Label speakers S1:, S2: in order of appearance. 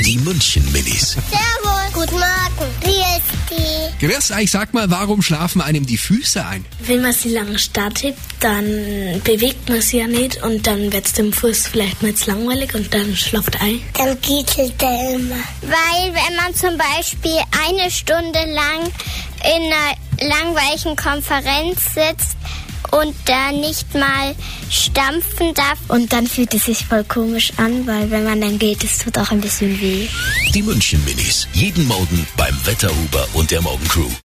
S1: Die München Minis.
S2: Servus. Guten Morgen. Wie ist die?
S1: Gewährst, ich sag mal, warum schlafen einem die Füße ein?
S3: Wenn man sie lang starrt hebt, dann bewegt man sie ja nicht und dann wird es dem Fuß vielleicht mal jetzt langweilig und dann schlaft ein.
S2: Dann kitzelt er immer. Weil wenn man zum Beispiel eine Stunde lang in einer langweiligen Konferenz sitzt und da nicht mal stampfen darf. Und dann fühlt es sich voll komisch an, weil wenn man dann geht, es tut auch ein bisschen weh.
S1: Die München Minis. Jeden Morgen beim Wetterhuber und der Morgencrew.